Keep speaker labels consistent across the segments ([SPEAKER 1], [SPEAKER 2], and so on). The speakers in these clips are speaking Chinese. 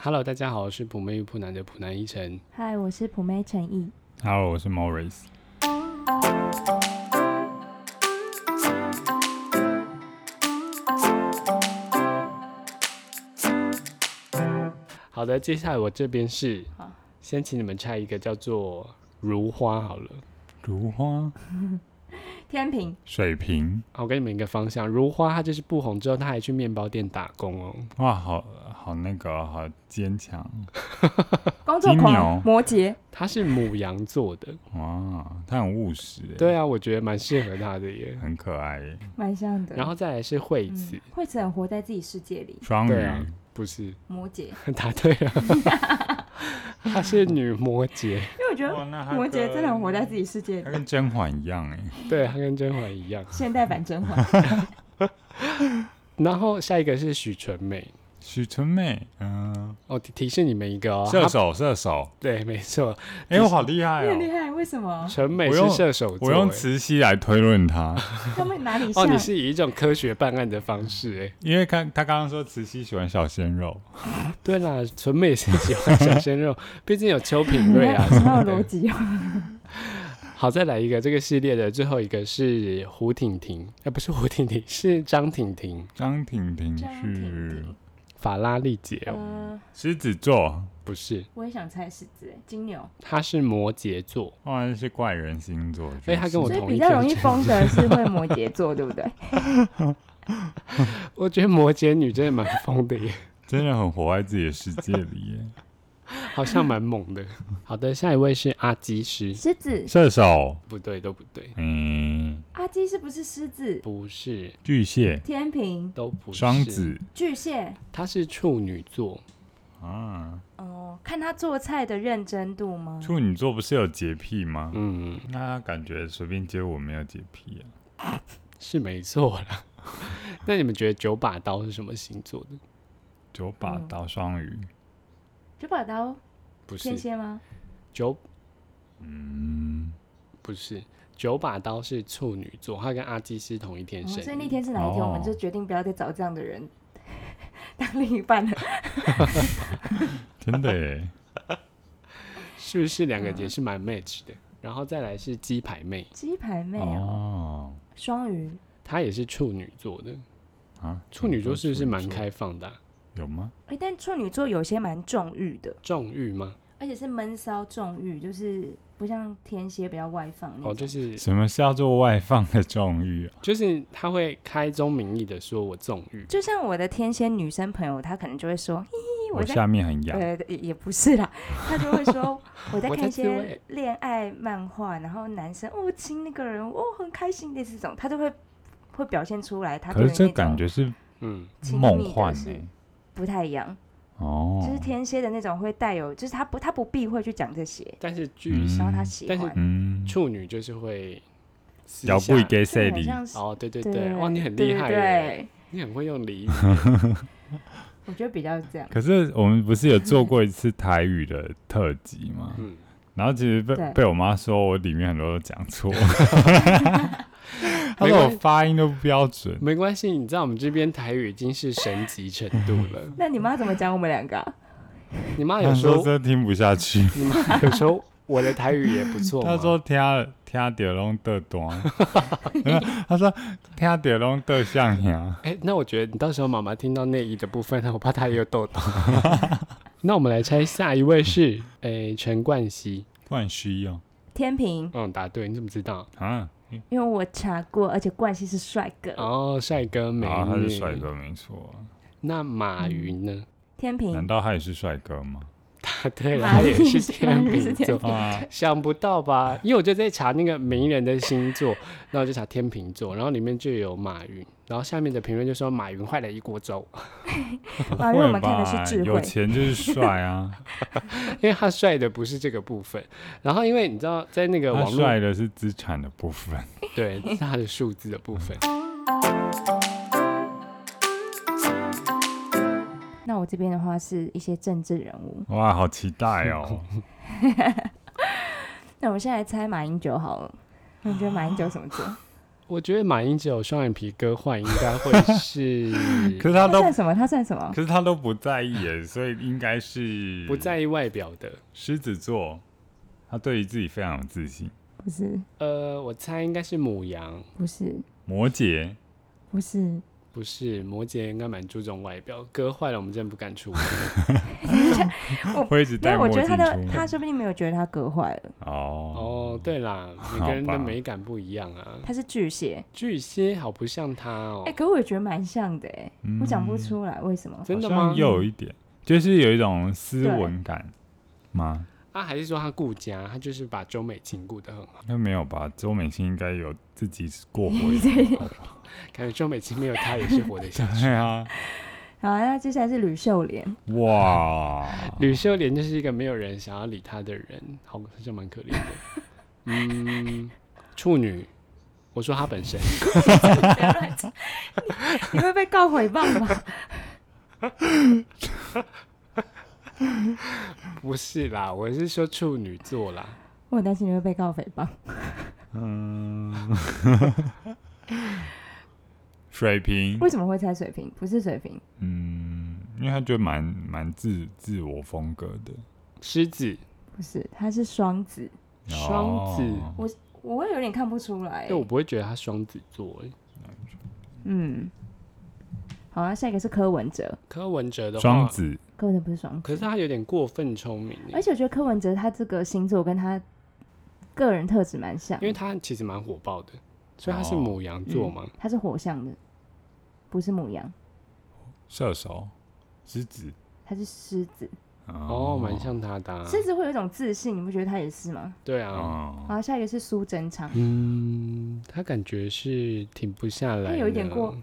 [SPEAKER 1] Hello，大家好，我是普妹与普男的普男一晨。
[SPEAKER 2] 嗨，我是普妹陈毅。
[SPEAKER 3] Hello，我是 Morris。
[SPEAKER 1] 好的，接下来我这边是
[SPEAKER 2] 好，
[SPEAKER 1] 先请你们猜一个叫做如花好了。
[SPEAKER 3] 如花、
[SPEAKER 2] 天平，
[SPEAKER 3] 水瓶，
[SPEAKER 1] 好，我给你们一个方向，如花她就是不红之后，她还去面包店打工哦。
[SPEAKER 3] 哇，好好那个哦，好坚强
[SPEAKER 2] 工作
[SPEAKER 3] 金
[SPEAKER 2] 狂
[SPEAKER 3] 牛，
[SPEAKER 2] 摩羯，
[SPEAKER 1] 她是母羊座的，
[SPEAKER 3] 哇，他很务实耶，
[SPEAKER 1] 对啊，我觉得蛮适合她的耶。
[SPEAKER 3] 很可爱欸耶。
[SPEAKER 2] 蛮像的。
[SPEAKER 1] 然后再来是惠
[SPEAKER 2] 嗯
[SPEAKER 1] 子，
[SPEAKER 2] 惠子很活在自己世界里，
[SPEAKER 3] 双
[SPEAKER 1] 对啊
[SPEAKER 3] 鱼，
[SPEAKER 1] 不是
[SPEAKER 2] 摩羯，因
[SPEAKER 1] 答对了，她是女摩羯，
[SPEAKER 2] 为我觉得
[SPEAKER 3] 哇
[SPEAKER 1] 哦
[SPEAKER 3] 那他
[SPEAKER 2] 摩羯真的很活在自
[SPEAKER 3] 己，
[SPEAKER 2] 己世界
[SPEAKER 3] 他
[SPEAKER 2] 里，
[SPEAKER 3] 跟甄嬛一样哎。
[SPEAKER 1] 对她跟甄嬛一样。
[SPEAKER 2] 现代版甄嬛。
[SPEAKER 1] 然后下一个是许纯美，
[SPEAKER 3] 许纯美，嗯，
[SPEAKER 1] 哦，提提示你们一个哦，
[SPEAKER 3] 射
[SPEAKER 1] 她
[SPEAKER 3] 手，射手，
[SPEAKER 1] 对，没错，
[SPEAKER 3] 哎，我好厉害
[SPEAKER 2] 你很厉
[SPEAKER 3] 哦！
[SPEAKER 2] 害，为什么？
[SPEAKER 1] 陈美
[SPEAKER 3] 我
[SPEAKER 1] 是
[SPEAKER 3] 用
[SPEAKER 1] 射手座
[SPEAKER 3] 我用
[SPEAKER 1] 欸
[SPEAKER 3] 慈禧来推论他，
[SPEAKER 2] 他们哪里像
[SPEAKER 1] 哦，？你是以一种科学办案的方式哎、
[SPEAKER 3] 因为看他刚刚说慈禧喜欢小鲜肉，
[SPEAKER 1] 对啦，纯美是喜欢小鲜肉，毕竟有邱品
[SPEAKER 2] 你
[SPEAKER 1] 瑞啊
[SPEAKER 2] 那
[SPEAKER 1] 什
[SPEAKER 2] 什么
[SPEAKER 1] 么
[SPEAKER 2] 有逻
[SPEAKER 1] 的。
[SPEAKER 2] 辑哦？
[SPEAKER 1] 好，再来一个这个系列的最后一个是胡婷婷，哎、不是胡婷婷，是张婷婷，
[SPEAKER 3] 张婷婷
[SPEAKER 2] 张婷
[SPEAKER 3] 是
[SPEAKER 2] 婷，
[SPEAKER 1] 法拉利姐哦，
[SPEAKER 2] 呃，
[SPEAKER 3] 狮子座，
[SPEAKER 1] 不是，
[SPEAKER 2] 我也想猜狮子，哎金牛，
[SPEAKER 1] 她是摩羯座，
[SPEAKER 3] 哇，是怪人星座，
[SPEAKER 1] 哎他跟我
[SPEAKER 2] 所以
[SPEAKER 1] 同一
[SPEAKER 2] 比较
[SPEAKER 1] 天
[SPEAKER 2] 容易
[SPEAKER 1] 生
[SPEAKER 2] 疯的是会摩羯座，对不对？
[SPEAKER 1] 我觉得摩羯女真的蛮疯的耶。
[SPEAKER 3] 真的很活在自己的世界里耶。
[SPEAKER 1] 好像蛮猛的。好的，下一位是阿基师，
[SPEAKER 2] 狮子，
[SPEAKER 3] 射手，
[SPEAKER 1] 不对，都不对，
[SPEAKER 3] 嗯，
[SPEAKER 2] 阿基是不是狮子？
[SPEAKER 1] 不是，
[SPEAKER 3] 巨蟹、
[SPEAKER 2] 天平，
[SPEAKER 1] 都不是。
[SPEAKER 3] 双，子
[SPEAKER 2] 巨蟹，
[SPEAKER 1] 她是处女座，
[SPEAKER 3] 啊，
[SPEAKER 2] 哦，看他做菜的认真度吗？
[SPEAKER 3] 处女座不是有洁癖吗？
[SPEAKER 1] 嗯，
[SPEAKER 3] 那他感觉随便接吻没有洁癖啊。
[SPEAKER 1] 是没错啦。 那你们觉得九把刀是什么星座的？
[SPEAKER 3] 九把刀双鱼，
[SPEAKER 2] 九把刀
[SPEAKER 1] 不
[SPEAKER 2] 天
[SPEAKER 1] 是
[SPEAKER 2] 蝎吗？
[SPEAKER 1] 九，
[SPEAKER 3] 嗯，
[SPEAKER 1] 不是九把刀是处女座，她跟阿基师同一天
[SPEAKER 2] 哦
[SPEAKER 1] 生日。
[SPEAKER 2] 所以那天是哪一天，
[SPEAKER 3] 哦
[SPEAKER 2] 我们就决定不要再找这样的人 当另一半了。
[SPEAKER 3] 真 的耶，
[SPEAKER 1] 是不是两
[SPEAKER 2] 嗯
[SPEAKER 1] 个也是蛮 match 的？然后再来是鸡排妹，
[SPEAKER 2] 鸡排妹哦，
[SPEAKER 3] 哦
[SPEAKER 2] 双鱼，
[SPEAKER 1] 她也是处女座的。
[SPEAKER 3] 啊，
[SPEAKER 1] 处女座是不是蛮
[SPEAKER 3] 处女座
[SPEAKER 1] 开放的啊、
[SPEAKER 3] 有吗？
[SPEAKER 2] 哎，但处女座有些蛮重欲的，
[SPEAKER 1] 纵欲吗？
[SPEAKER 2] 而且是闷骚重欲，就是不像天蝎比较外放那
[SPEAKER 1] 哦，
[SPEAKER 2] 种。
[SPEAKER 1] 就是
[SPEAKER 3] 什么叫做外放的纵欲啊？
[SPEAKER 1] 就是他会开宗明义的说我纵欲，
[SPEAKER 2] 就像我的天蝎女生朋友，她可能就会说：“嘿嘿，
[SPEAKER 3] 我
[SPEAKER 2] 在
[SPEAKER 3] 下面很痒，
[SPEAKER 2] 呃，也也不是啦，他就会 说我在
[SPEAKER 1] 我
[SPEAKER 2] 看
[SPEAKER 1] 在
[SPEAKER 2] 一
[SPEAKER 1] 自
[SPEAKER 2] 些
[SPEAKER 1] 慰
[SPEAKER 2] 恋爱漫画，然后男生哦亲那个人哦很开心的这种，他都会会表现出来，他
[SPEAKER 3] 可
[SPEAKER 2] 对
[SPEAKER 3] 是这
[SPEAKER 2] 那
[SPEAKER 3] 感
[SPEAKER 2] 种
[SPEAKER 3] 觉是
[SPEAKER 1] 嗯，
[SPEAKER 2] 亲密
[SPEAKER 3] 梦
[SPEAKER 2] 的
[SPEAKER 3] 幻欸
[SPEAKER 2] 是
[SPEAKER 3] 呢。
[SPEAKER 2] 不太一样，
[SPEAKER 3] 哦
[SPEAKER 2] 就是，天蝎的那种会带有，就是他不他不避讳去讲这些，
[SPEAKER 1] 但是巨
[SPEAKER 3] 嗯
[SPEAKER 2] 然后他喜
[SPEAKER 1] 但是
[SPEAKER 2] 欢，
[SPEAKER 3] 嗯，
[SPEAKER 1] 处女就是会私
[SPEAKER 3] 脚不
[SPEAKER 1] 下
[SPEAKER 3] 给
[SPEAKER 2] 这
[SPEAKER 3] 塞
[SPEAKER 2] 很
[SPEAKER 3] 里，
[SPEAKER 2] 像是
[SPEAKER 1] 哦，对对
[SPEAKER 2] 对
[SPEAKER 1] 对，哇，你很
[SPEAKER 2] 对
[SPEAKER 1] 厉害
[SPEAKER 2] 对
[SPEAKER 1] 耶，
[SPEAKER 2] 对，
[SPEAKER 1] 你很会用俚语，
[SPEAKER 2] 我觉得比较是这样，
[SPEAKER 3] 可是我们不是有做过一次台语的特辑吗？
[SPEAKER 1] 嗯，
[SPEAKER 3] 然后其实被
[SPEAKER 2] 对，
[SPEAKER 3] 被我妈说我里面很多都讲错， 她
[SPEAKER 1] 没
[SPEAKER 3] 说
[SPEAKER 1] 关
[SPEAKER 3] 我
[SPEAKER 1] 系
[SPEAKER 3] 发音都不标准。
[SPEAKER 1] 没关系，你知道我们这边台语已经是神级程 度了
[SPEAKER 2] 那你妈怎么讲我们两个啊、
[SPEAKER 1] 你妈有
[SPEAKER 3] 她说
[SPEAKER 1] 说，
[SPEAKER 3] 真的听不 下去，
[SPEAKER 1] 你妈有说我的台语也不错吗，
[SPEAKER 3] 她说听听点拢得多， 她说听点拢得像呀。
[SPEAKER 1] 哎，那我觉得你到时候妈妈听到内衣的部分，我怕她也有 痘痘。那我们来猜下一位是，哎，陈冠希，
[SPEAKER 3] 冠希哦
[SPEAKER 2] 天平，
[SPEAKER 1] 嗯，答对，你怎么知道？
[SPEAKER 3] 啊，
[SPEAKER 2] 因为我查过，而且冠希是帅哥，
[SPEAKER 1] 哦，帅哥美
[SPEAKER 3] 啊他是
[SPEAKER 1] 女，
[SPEAKER 3] 帅哥没错，
[SPEAKER 1] 那马云 呢？
[SPEAKER 2] 天
[SPEAKER 3] 难
[SPEAKER 1] 嗯
[SPEAKER 2] 平，
[SPEAKER 3] 道他也是帅哥吗？
[SPEAKER 1] 答对了，
[SPEAKER 2] 马
[SPEAKER 1] 他也
[SPEAKER 2] 云
[SPEAKER 1] 是
[SPEAKER 2] 是
[SPEAKER 1] 天
[SPEAKER 2] 马云
[SPEAKER 1] 秤
[SPEAKER 2] 是天
[SPEAKER 1] 座。
[SPEAKER 3] 啊，
[SPEAKER 1] 想不到吧？因为我就在查那个名人的星座， 然后我就查天秤座，然后里面就有马云，然后下面的评论就说马云坏了一锅粥，
[SPEAKER 2] 马云啊我
[SPEAKER 3] 会
[SPEAKER 2] 们看的
[SPEAKER 3] 吧
[SPEAKER 2] 是智
[SPEAKER 3] 有
[SPEAKER 2] 慧，
[SPEAKER 3] 钱就是帅 啊，
[SPEAKER 1] 因为他帅的不是这个部分。然后因为你知道，在那个
[SPEAKER 3] 他
[SPEAKER 1] 网络
[SPEAKER 3] 帅的是资产的部分。
[SPEAKER 1] 对是他的数字的部分，
[SPEAKER 2] 那我这边的话是一些政治人物，
[SPEAKER 3] 哇，好期待哦！
[SPEAKER 2] 那我们现在猜马英九好了。你觉得马英九什么座？
[SPEAKER 1] 我觉得马英九双眼皮割坏应该会 是
[SPEAKER 3] 可 是他
[SPEAKER 2] 他
[SPEAKER 3] 都，
[SPEAKER 2] 算什么？他算什么？
[SPEAKER 3] 可是他都不在意耶，所以应该是
[SPEAKER 1] 不在意外表的。
[SPEAKER 3] 狮子座，他对于自己非常有自信。
[SPEAKER 2] 不是，
[SPEAKER 1] 呃，我猜应该是母羊，
[SPEAKER 2] 不是，
[SPEAKER 3] 摩羯，
[SPEAKER 2] 不是。
[SPEAKER 1] 不是摩羯，应该蛮注重外表。割坏了，我们真的不敢出门。
[SPEAKER 3] 会一直
[SPEAKER 2] 没
[SPEAKER 3] 戴
[SPEAKER 2] 有，我
[SPEAKER 3] 墨
[SPEAKER 2] 觉得
[SPEAKER 3] 镜出
[SPEAKER 2] 他的
[SPEAKER 3] 门。
[SPEAKER 2] 他说不定没有觉得他割坏了，
[SPEAKER 3] 哦
[SPEAKER 1] 哦，对啦，每个人
[SPEAKER 3] 好
[SPEAKER 1] 的
[SPEAKER 3] 吧
[SPEAKER 1] 美感不一样啊。
[SPEAKER 2] 他是巨蟹。
[SPEAKER 1] 巨蟹好不像他哦
[SPEAKER 2] 哎、，可我也觉得蛮像的哎、我
[SPEAKER 1] 嗯
[SPEAKER 2] 讲不出来为什么。
[SPEAKER 1] 真的
[SPEAKER 3] 好像
[SPEAKER 1] 吗？
[SPEAKER 3] 又有一点，就是有一种斯文感吗？
[SPEAKER 1] 啊，还是说他顾家，他就是把周美琴顾得很好，
[SPEAKER 3] 应该没有吧？周美青应该有自己过活
[SPEAKER 2] 对
[SPEAKER 3] 的，好吧
[SPEAKER 1] 感觉周美琴没有他也是活得下 去。
[SPEAKER 3] 对啊，
[SPEAKER 2] 好啊，那接下来是吕秀莲，
[SPEAKER 3] 哇，
[SPEAKER 1] 吕秀莲就是一个没有人想要理她的人，好像蛮可怜的。嗯，处女，我说她本身，
[SPEAKER 2] 你会被告诽谤吧？
[SPEAKER 1] 不是啦，我是说处女座啦。
[SPEAKER 2] 我很担心你会被告诽谤。
[SPEAKER 3] 嗯，水瓶，
[SPEAKER 2] 为什么会猜水瓶？不是水瓶，
[SPEAKER 3] 嗯，因为他觉得蛮蛮自自我风格的，
[SPEAKER 1] 狮子，
[SPEAKER 2] 不是，他是双子。
[SPEAKER 1] 双子
[SPEAKER 3] 哦
[SPEAKER 2] 我会有点看不出来、
[SPEAKER 1] 哎
[SPEAKER 2] 欸
[SPEAKER 1] 但我不会觉得她双子座欸。
[SPEAKER 2] 嗯，好啊，下一个是柯文哲，
[SPEAKER 1] 柯文哲的话
[SPEAKER 3] 双，子，
[SPEAKER 2] 柯文哲不是双子，
[SPEAKER 1] 可是他有点过分聪明欸，
[SPEAKER 2] 而且我觉得柯文哲他这个星座跟他个人特质蛮像，
[SPEAKER 1] 因为他其实蛮火爆的，所以他是
[SPEAKER 3] 哦
[SPEAKER 1] 母羊座
[SPEAKER 2] 嗯
[SPEAKER 1] 嘛。
[SPEAKER 2] 他是火象的，不是母羊，
[SPEAKER 3] 射手，狮子，
[SPEAKER 2] 他是狮子，
[SPEAKER 1] 哦，蛮像他的啊。
[SPEAKER 2] 嗯狮子会有一种自信，你不觉得他也是吗？
[SPEAKER 1] 对啊，
[SPEAKER 3] 哦
[SPEAKER 2] 好，下一个是苏贞昌，
[SPEAKER 1] 嗯，他感觉是停不下来，
[SPEAKER 2] 他有一点过。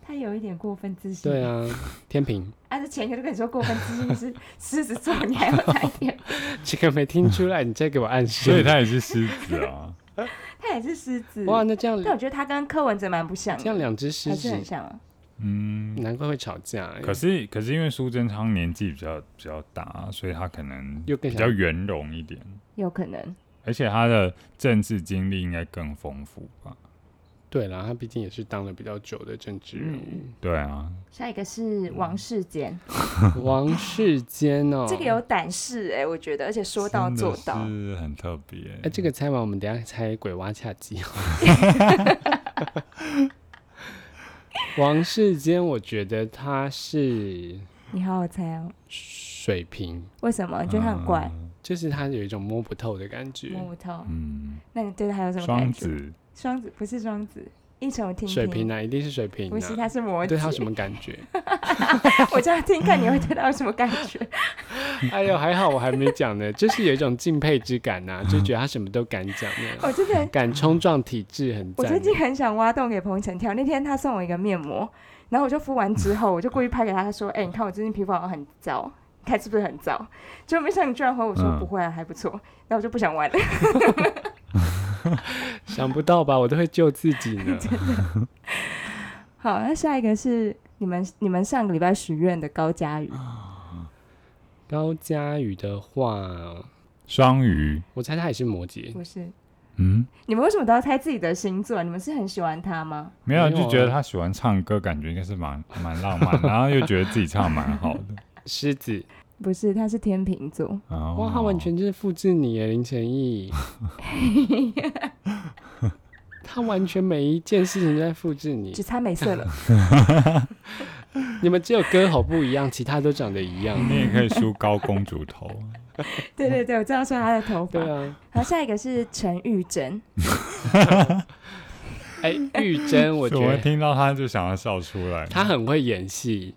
[SPEAKER 2] 他有一点过分自信，
[SPEAKER 1] 对，啊，天平，
[SPEAKER 2] 按照前一个就跟你说过分自信是狮子座，你还要猜点，
[SPEAKER 1] 这个没听出来，你再给我暗示。
[SPEAKER 3] 所以他也是狮子啊，
[SPEAKER 2] 他也是狮子，
[SPEAKER 1] 哇，那这样
[SPEAKER 2] 但我觉得他跟柯文哲蛮不像的，
[SPEAKER 1] 这样两只
[SPEAKER 2] 还
[SPEAKER 1] 狮
[SPEAKER 2] 是
[SPEAKER 1] 子
[SPEAKER 2] 很，像啊。
[SPEAKER 3] 嗯，
[SPEAKER 1] 难怪会吵架欸。
[SPEAKER 3] 可是可是因为苏贞昌年纪比较比较大，所以他可能
[SPEAKER 1] 又更
[SPEAKER 3] 比
[SPEAKER 1] 想
[SPEAKER 3] 较圆融一点，
[SPEAKER 2] 有可能，
[SPEAKER 3] 而且他的政治经历应该更丰富吧？
[SPEAKER 1] 对啦，他毕竟也是当了比较久的政治人物。
[SPEAKER 3] 对啊，
[SPEAKER 2] 下一个是王世坚，
[SPEAKER 1] 王世坚嗯哦，
[SPEAKER 2] 嗯这个有胆识哎、我觉得，而且说到
[SPEAKER 3] 真的
[SPEAKER 2] 做到。
[SPEAKER 3] 是很特别。
[SPEAKER 1] 哎，这个猜完，我们等一下猜鬼娃恰哦吉。 王世坚，我觉得他是
[SPEAKER 2] 你好好猜哦，
[SPEAKER 1] 水平，
[SPEAKER 2] 为什么？你觉得他很怪？
[SPEAKER 1] 就是他有一种摸不透的感觉。
[SPEAKER 2] 摸不透。
[SPEAKER 3] 嗯，
[SPEAKER 2] 那你对他有什么
[SPEAKER 3] 双
[SPEAKER 2] 感觉？
[SPEAKER 3] 子
[SPEAKER 2] 双子不是双子，一成我听听。
[SPEAKER 1] 水平啊，一定是水平、啊。
[SPEAKER 2] 不是，他是摩羯。
[SPEAKER 1] 对他有 什么感觉？
[SPEAKER 2] 我这样听，看你会对他有什么感觉？
[SPEAKER 1] 哎呦，还好我还没讲呢，就是有一种敬佩之感呐、就觉得他什么都敢讲呢，
[SPEAKER 2] 我哦真的很，
[SPEAKER 1] 敢冲撞体制很
[SPEAKER 2] 我
[SPEAKER 1] 赞
[SPEAKER 2] 最
[SPEAKER 1] 呢。
[SPEAKER 2] 近很想挖洞给彭程跳。那天他送我一个面膜，然后我就敷完之后，我就故意拍给他，他说：“哎、你看我最近皮肤好像很糟。”看是不是很糟？结果没想到你居然回我说
[SPEAKER 3] 嗯
[SPEAKER 2] 不会啊，还不错。那我就不想玩了。
[SPEAKER 1] 欸想不到吧？我都会救自己 呢。
[SPEAKER 2] 好，那下一个是你们你们上个礼拜许愿的高佳宇，
[SPEAKER 1] 高佳宇的话，
[SPEAKER 3] 双鱼，
[SPEAKER 1] 我猜他也是摩羯，
[SPEAKER 2] 不是？
[SPEAKER 3] 嗯，
[SPEAKER 2] 你们为什么都要猜自己的星座？你们是很喜欢他吗？
[SPEAKER 3] 没有
[SPEAKER 1] 没有啊
[SPEAKER 3] 就觉得他喜欢唱歌，感觉应该是蛮蛮浪漫，然后又觉得自己唱蛮好的。
[SPEAKER 1] 狮子。
[SPEAKER 2] 不是，他是天秤座。
[SPEAKER 3] 哦
[SPEAKER 1] 哇，他完全就是复制你耶，林晨毅。 他完全每一件事情都在复制 你
[SPEAKER 2] 只，差没色了，
[SPEAKER 1] 你们只有歌喉不一样，其他都长得一样。
[SPEAKER 3] 你也可以梳高公主头，
[SPEAKER 2] 对对对，我知道说他的头发
[SPEAKER 1] 对。啊，
[SPEAKER 2] 好，下一个是陈玉珍，
[SPEAKER 1] 哎、玉珍，我
[SPEAKER 3] 我
[SPEAKER 1] 觉
[SPEAKER 3] 我
[SPEAKER 1] 得
[SPEAKER 3] 听到他就想要笑出来。
[SPEAKER 1] 她很会演戏，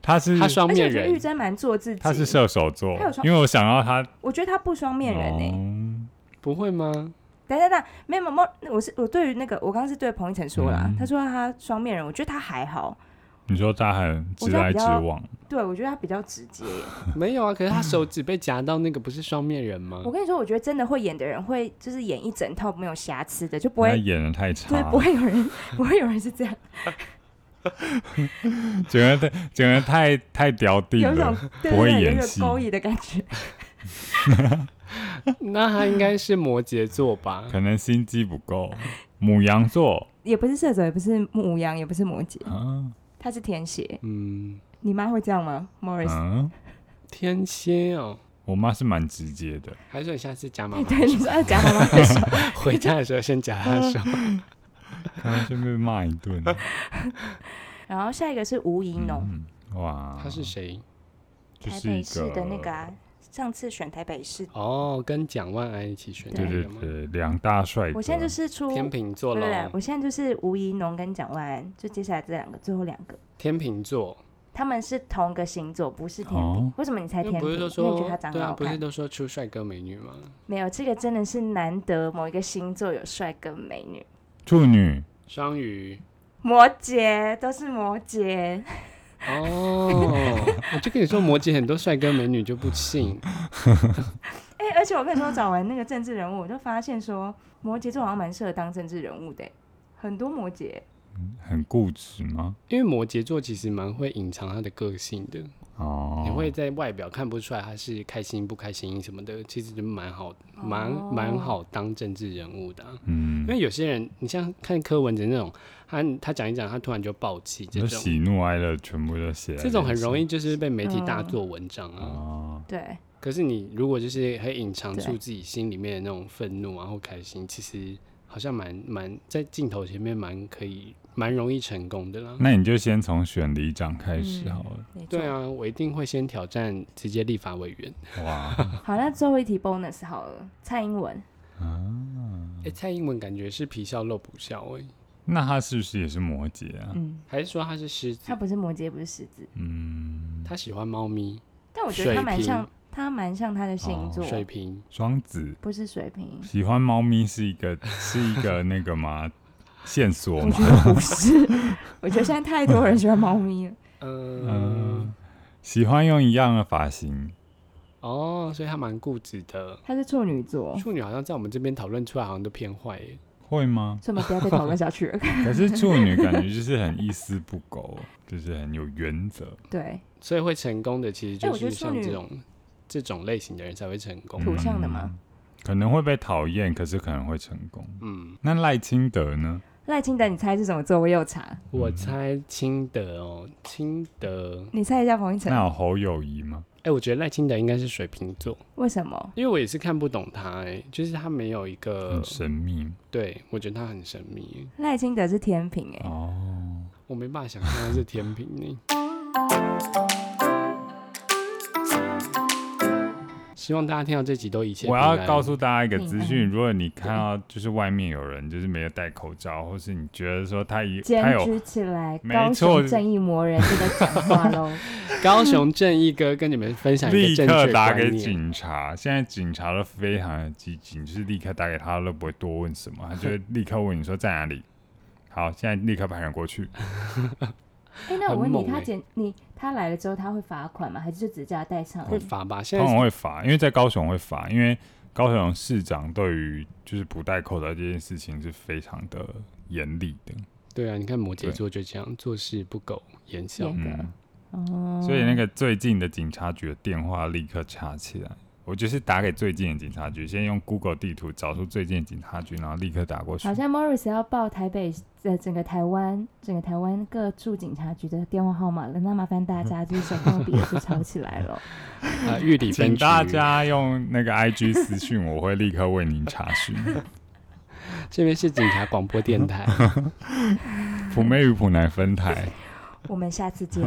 [SPEAKER 3] 他是
[SPEAKER 1] 她双
[SPEAKER 2] 而且我
[SPEAKER 1] 面
[SPEAKER 2] 觉得玉
[SPEAKER 1] 人，
[SPEAKER 2] 珍蛮做自己。
[SPEAKER 3] 他是射手座
[SPEAKER 2] 他有，双
[SPEAKER 3] 因为我想到他
[SPEAKER 2] 我觉得他不双面人欸呢、
[SPEAKER 3] 哦
[SPEAKER 1] 不会 吗？
[SPEAKER 2] 等等等，没有没有没有，我是我对于那个，我刚刚是对彭一晨说啦，
[SPEAKER 3] 嗯
[SPEAKER 2] 他说他双面人，我觉得他还好，
[SPEAKER 3] 你说他很直来直往，
[SPEAKER 2] 对我觉得他比较直接耶。
[SPEAKER 1] 没有啊，可是她手指被夹到那个，不是双面人吗
[SPEAKER 2] 我？跟你说，我觉得真的会演的人会就是演一整套没有瑕疵的，就不
[SPEAKER 3] 他
[SPEAKER 2] 会
[SPEAKER 3] 演的太
[SPEAKER 2] 对，
[SPEAKER 3] 差
[SPEAKER 2] 不
[SPEAKER 3] 了，
[SPEAKER 2] 会有人， 不会有人是这样，
[SPEAKER 3] 整个太整个太太屌地
[SPEAKER 2] 有一种
[SPEAKER 3] 了。
[SPEAKER 2] 对
[SPEAKER 3] 不会
[SPEAKER 2] 对对，
[SPEAKER 3] 演
[SPEAKER 2] 有一
[SPEAKER 3] 戏
[SPEAKER 2] 种勾引的感觉。
[SPEAKER 1] 那她应该是摩羯座吧？
[SPEAKER 3] 可能心机不够，母羊座，
[SPEAKER 2] 也不是射手，也不是母羊，也不是摩羯，
[SPEAKER 3] 嗯
[SPEAKER 2] 他是天蝎。
[SPEAKER 1] 嗯，
[SPEAKER 2] 你妈会这样吗，Morris？、
[SPEAKER 3] 嗯，
[SPEAKER 1] 天蝎哦，
[SPEAKER 3] 我妈是蛮直接的，
[SPEAKER 1] 还是你下次加
[SPEAKER 3] 嗯
[SPEAKER 1] 妈妈
[SPEAKER 2] 对，你说要讲 妈妈的手，
[SPEAKER 1] 回家的时候先夹她 的手。
[SPEAKER 3] 她就被骂一顿。
[SPEAKER 2] 然后下一个是吴怡农，
[SPEAKER 3] 嗯，哇，
[SPEAKER 1] 他是谁？
[SPEAKER 3] 就
[SPEAKER 2] 台
[SPEAKER 3] 是
[SPEAKER 2] 北
[SPEAKER 3] 一
[SPEAKER 2] 市
[SPEAKER 3] 个
[SPEAKER 2] 的那个、啊，上次选台北市，
[SPEAKER 1] 哦，跟蒋万安一起选
[SPEAKER 3] 对
[SPEAKER 1] 的
[SPEAKER 3] 对
[SPEAKER 1] 吗？
[SPEAKER 3] 对，两大帅哥。
[SPEAKER 2] 我现在就是出
[SPEAKER 1] 天秤座
[SPEAKER 2] 对不对
[SPEAKER 1] 喽？，
[SPEAKER 2] 我现在就是吴怡农跟蒋万安，就接下来这两个，最后两个。
[SPEAKER 1] 天秤座，
[SPEAKER 2] 他们是同个星座，不是天平。
[SPEAKER 3] 哦
[SPEAKER 2] 为什么你猜天
[SPEAKER 1] 那
[SPEAKER 2] 平？
[SPEAKER 1] 不是都
[SPEAKER 2] 因为你觉
[SPEAKER 1] 说
[SPEAKER 2] 得他长得
[SPEAKER 1] 对啊，
[SPEAKER 2] 好
[SPEAKER 1] 不是
[SPEAKER 2] 看。
[SPEAKER 1] 都说出帅哥美女吗？
[SPEAKER 2] 没有，这个真的是难得某一个星座有帅哥美女。
[SPEAKER 3] 处女，
[SPEAKER 1] 双鱼
[SPEAKER 2] 摩羯都是摩羯，
[SPEAKER 1] 哦，我就跟你说，摩羯很多帅哥美女就不信，
[SPEAKER 2] 哎、而且我跟你说，我找完那个政治人物，我就发现说，摩羯座好像蛮适合当政治人物的，很多摩羯。
[SPEAKER 3] 很固执吗？
[SPEAKER 1] 因为摩羯座其实蛮会隐藏他的个性的，
[SPEAKER 3] 哦，
[SPEAKER 1] 你会在外表看不出来他是开心不开心什么的，其实就蛮好，蛮
[SPEAKER 2] 哦
[SPEAKER 1] 蛮好当政治人物的啊、
[SPEAKER 3] 嗯
[SPEAKER 1] 因，为有些人，你像看柯文哲那种，他他讲一讲，他突然就暴气，这
[SPEAKER 3] 就
[SPEAKER 1] 种
[SPEAKER 3] 喜怒哀乐全部都写在
[SPEAKER 1] 这种很容
[SPEAKER 3] 脸
[SPEAKER 1] 易就是被媒体大
[SPEAKER 2] 嗯
[SPEAKER 1] 做文章啊。
[SPEAKER 3] 上哦，
[SPEAKER 2] 对，
[SPEAKER 1] 可是你如果就是可以隐藏
[SPEAKER 2] 对
[SPEAKER 1] 住自己心里面的那种愤怒啊或开心，其实好像蛮蛮在镜头前面蛮可以蛮容易成功的啦。
[SPEAKER 3] 那你就先从选里长开始
[SPEAKER 2] 嗯
[SPEAKER 3] 好了。
[SPEAKER 2] 没错。
[SPEAKER 1] 对啊，我一定会先挑战直接立法委员。
[SPEAKER 3] 哇，
[SPEAKER 2] 好，那最后一题 bonus 好了，蔡英文嗯
[SPEAKER 1] 哎、蔡英文感觉是皮笑肉不笑哎、
[SPEAKER 3] 那他是不是也是摩羯啊？
[SPEAKER 1] 还是说他是狮子
[SPEAKER 2] 他？不是摩羯，不是狮子，
[SPEAKER 3] 嗯，
[SPEAKER 1] 他喜欢猫咪，
[SPEAKER 2] 但我觉得
[SPEAKER 1] 水
[SPEAKER 2] 他蛮
[SPEAKER 1] 瓶
[SPEAKER 2] 像，他蛮像他的星
[SPEAKER 3] 哦
[SPEAKER 2] 座，
[SPEAKER 1] 水瓶
[SPEAKER 3] 双子
[SPEAKER 2] 不是水瓶，
[SPEAKER 3] 喜欢猫咪是一个是一个那个吗？线索
[SPEAKER 2] 我
[SPEAKER 3] 吗？
[SPEAKER 2] 觉得不是， 我觉得现在太多人喜欢猫咪了。
[SPEAKER 1] 嗯、
[SPEAKER 3] 嗯，喜欢用一样的发型，
[SPEAKER 1] 哦，所以他蛮固执的。
[SPEAKER 2] 他是处女座，
[SPEAKER 1] 处女好像在我们这边讨论出来，好像都偏坏耶。
[SPEAKER 3] 会吗？
[SPEAKER 2] 所以我们不要再讨论下去了。
[SPEAKER 3] 可是处女感觉就是很一丝不苟，就是很有原则。
[SPEAKER 2] 对，
[SPEAKER 1] 所以会成功的，其实
[SPEAKER 2] 哎
[SPEAKER 1] 就
[SPEAKER 2] 我觉
[SPEAKER 1] 是
[SPEAKER 2] 得处
[SPEAKER 1] 像
[SPEAKER 2] 女
[SPEAKER 1] 这种、这种类型的人才会成功。
[SPEAKER 2] 土象的吗
[SPEAKER 3] 嗯？可能会被讨厌，可是可能会成功。
[SPEAKER 1] 嗯，
[SPEAKER 3] 那赖清德呢？
[SPEAKER 2] 赖清德，你猜是什么座？我有查，
[SPEAKER 1] 我
[SPEAKER 3] 嗯
[SPEAKER 1] 猜清德哦，清德，
[SPEAKER 2] 你猜一下彭昱晨
[SPEAKER 3] 那有侯友谊吗？
[SPEAKER 1] 哎、我觉得赖清德应该是水瓶座，
[SPEAKER 2] 为什么？
[SPEAKER 1] 因为我也是看不懂他、哎，就是他没有一个
[SPEAKER 3] 很，神秘
[SPEAKER 1] 对我觉得他很神秘，
[SPEAKER 2] 赖清德是天平哎、
[SPEAKER 3] 哦。
[SPEAKER 1] 我没办法想象他是天平哎呢。希望大家听到这集都一切
[SPEAKER 3] 我要
[SPEAKER 1] 平安
[SPEAKER 3] 告诉大家一个资
[SPEAKER 2] 平
[SPEAKER 3] 讯：如果你看到就是外面有人就是没有戴口罩，或是你觉得说他一他
[SPEAKER 2] 坚
[SPEAKER 3] 有
[SPEAKER 2] 持起来，
[SPEAKER 3] 没
[SPEAKER 2] 高
[SPEAKER 3] 错
[SPEAKER 2] 雄正义魔人这个讲话喽。
[SPEAKER 1] 高雄正义哥跟你们分享一
[SPEAKER 3] 立
[SPEAKER 1] 个正确
[SPEAKER 3] 刻
[SPEAKER 1] 的
[SPEAKER 3] 打
[SPEAKER 1] 观
[SPEAKER 3] 给
[SPEAKER 1] 念。
[SPEAKER 3] 警察，现在警察都非常的激进，就是立刻打给他都不会多问什么，他就会立刻问你说在哪 里。好，现在立刻派人过去。
[SPEAKER 2] 哎、那我
[SPEAKER 1] 很
[SPEAKER 2] 问你，
[SPEAKER 1] 猛欸
[SPEAKER 2] 他检你他来了之后，他会罚款吗？还是就只叫他带上
[SPEAKER 1] 会
[SPEAKER 2] 来？
[SPEAKER 1] 罚吧？现
[SPEAKER 3] 通
[SPEAKER 1] 在
[SPEAKER 3] 常会罚，因为在高雄会罚，因为高雄市长对于就是不戴口罩这件事情是非常的严厉的，
[SPEAKER 1] 对啊，你看摩羯
[SPEAKER 3] 对
[SPEAKER 1] 座就这样，做事不苟言笑。
[SPEAKER 2] 严格、
[SPEAKER 3] 嗯，
[SPEAKER 2] 哦，
[SPEAKER 3] 所以那个最近的警察局的电话立刻查起来。我就是打给最近的警察局，先用 Google 地图找出最近的警察局，然后立刻打过去
[SPEAKER 2] 好。像 Morris 要报台北呃整个台湾整个台湾各驻警察局的电话号码了，那麻烦大家就是手动笔也去抄起来了。
[SPEAKER 1] 啊，玉里分
[SPEAKER 3] 请
[SPEAKER 1] 局
[SPEAKER 3] 大家用那个 IG 私讯，我会立刻为您查询。
[SPEAKER 1] 这边是警察广播电台，
[SPEAKER 3] 普妹与普南分台，
[SPEAKER 2] 我们下次见，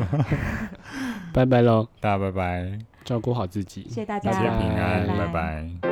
[SPEAKER 1] 拜拜喽，
[SPEAKER 3] 大家拜拜，
[SPEAKER 1] 照顾好自己
[SPEAKER 2] 谢。谢大
[SPEAKER 3] 大
[SPEAKER 2] 家，
[SPEAKER 3] 家平安，
[SPEAKER 1] 拜
[SPEAKER 3] 拜拜